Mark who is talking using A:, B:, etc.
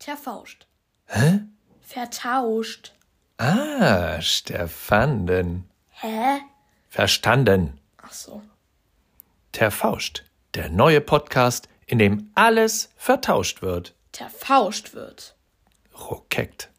A: Verfauscht.
B: Hä?
A: Vertauscht.
B: Ah, Stefanden.
A: Hä?
B: Verstanden.
A: Ach so.
B: Terfauscht. Der neue Podcast, in dem alles vertauscht wird.
A: Verfauscht wird.
B: Rokekt.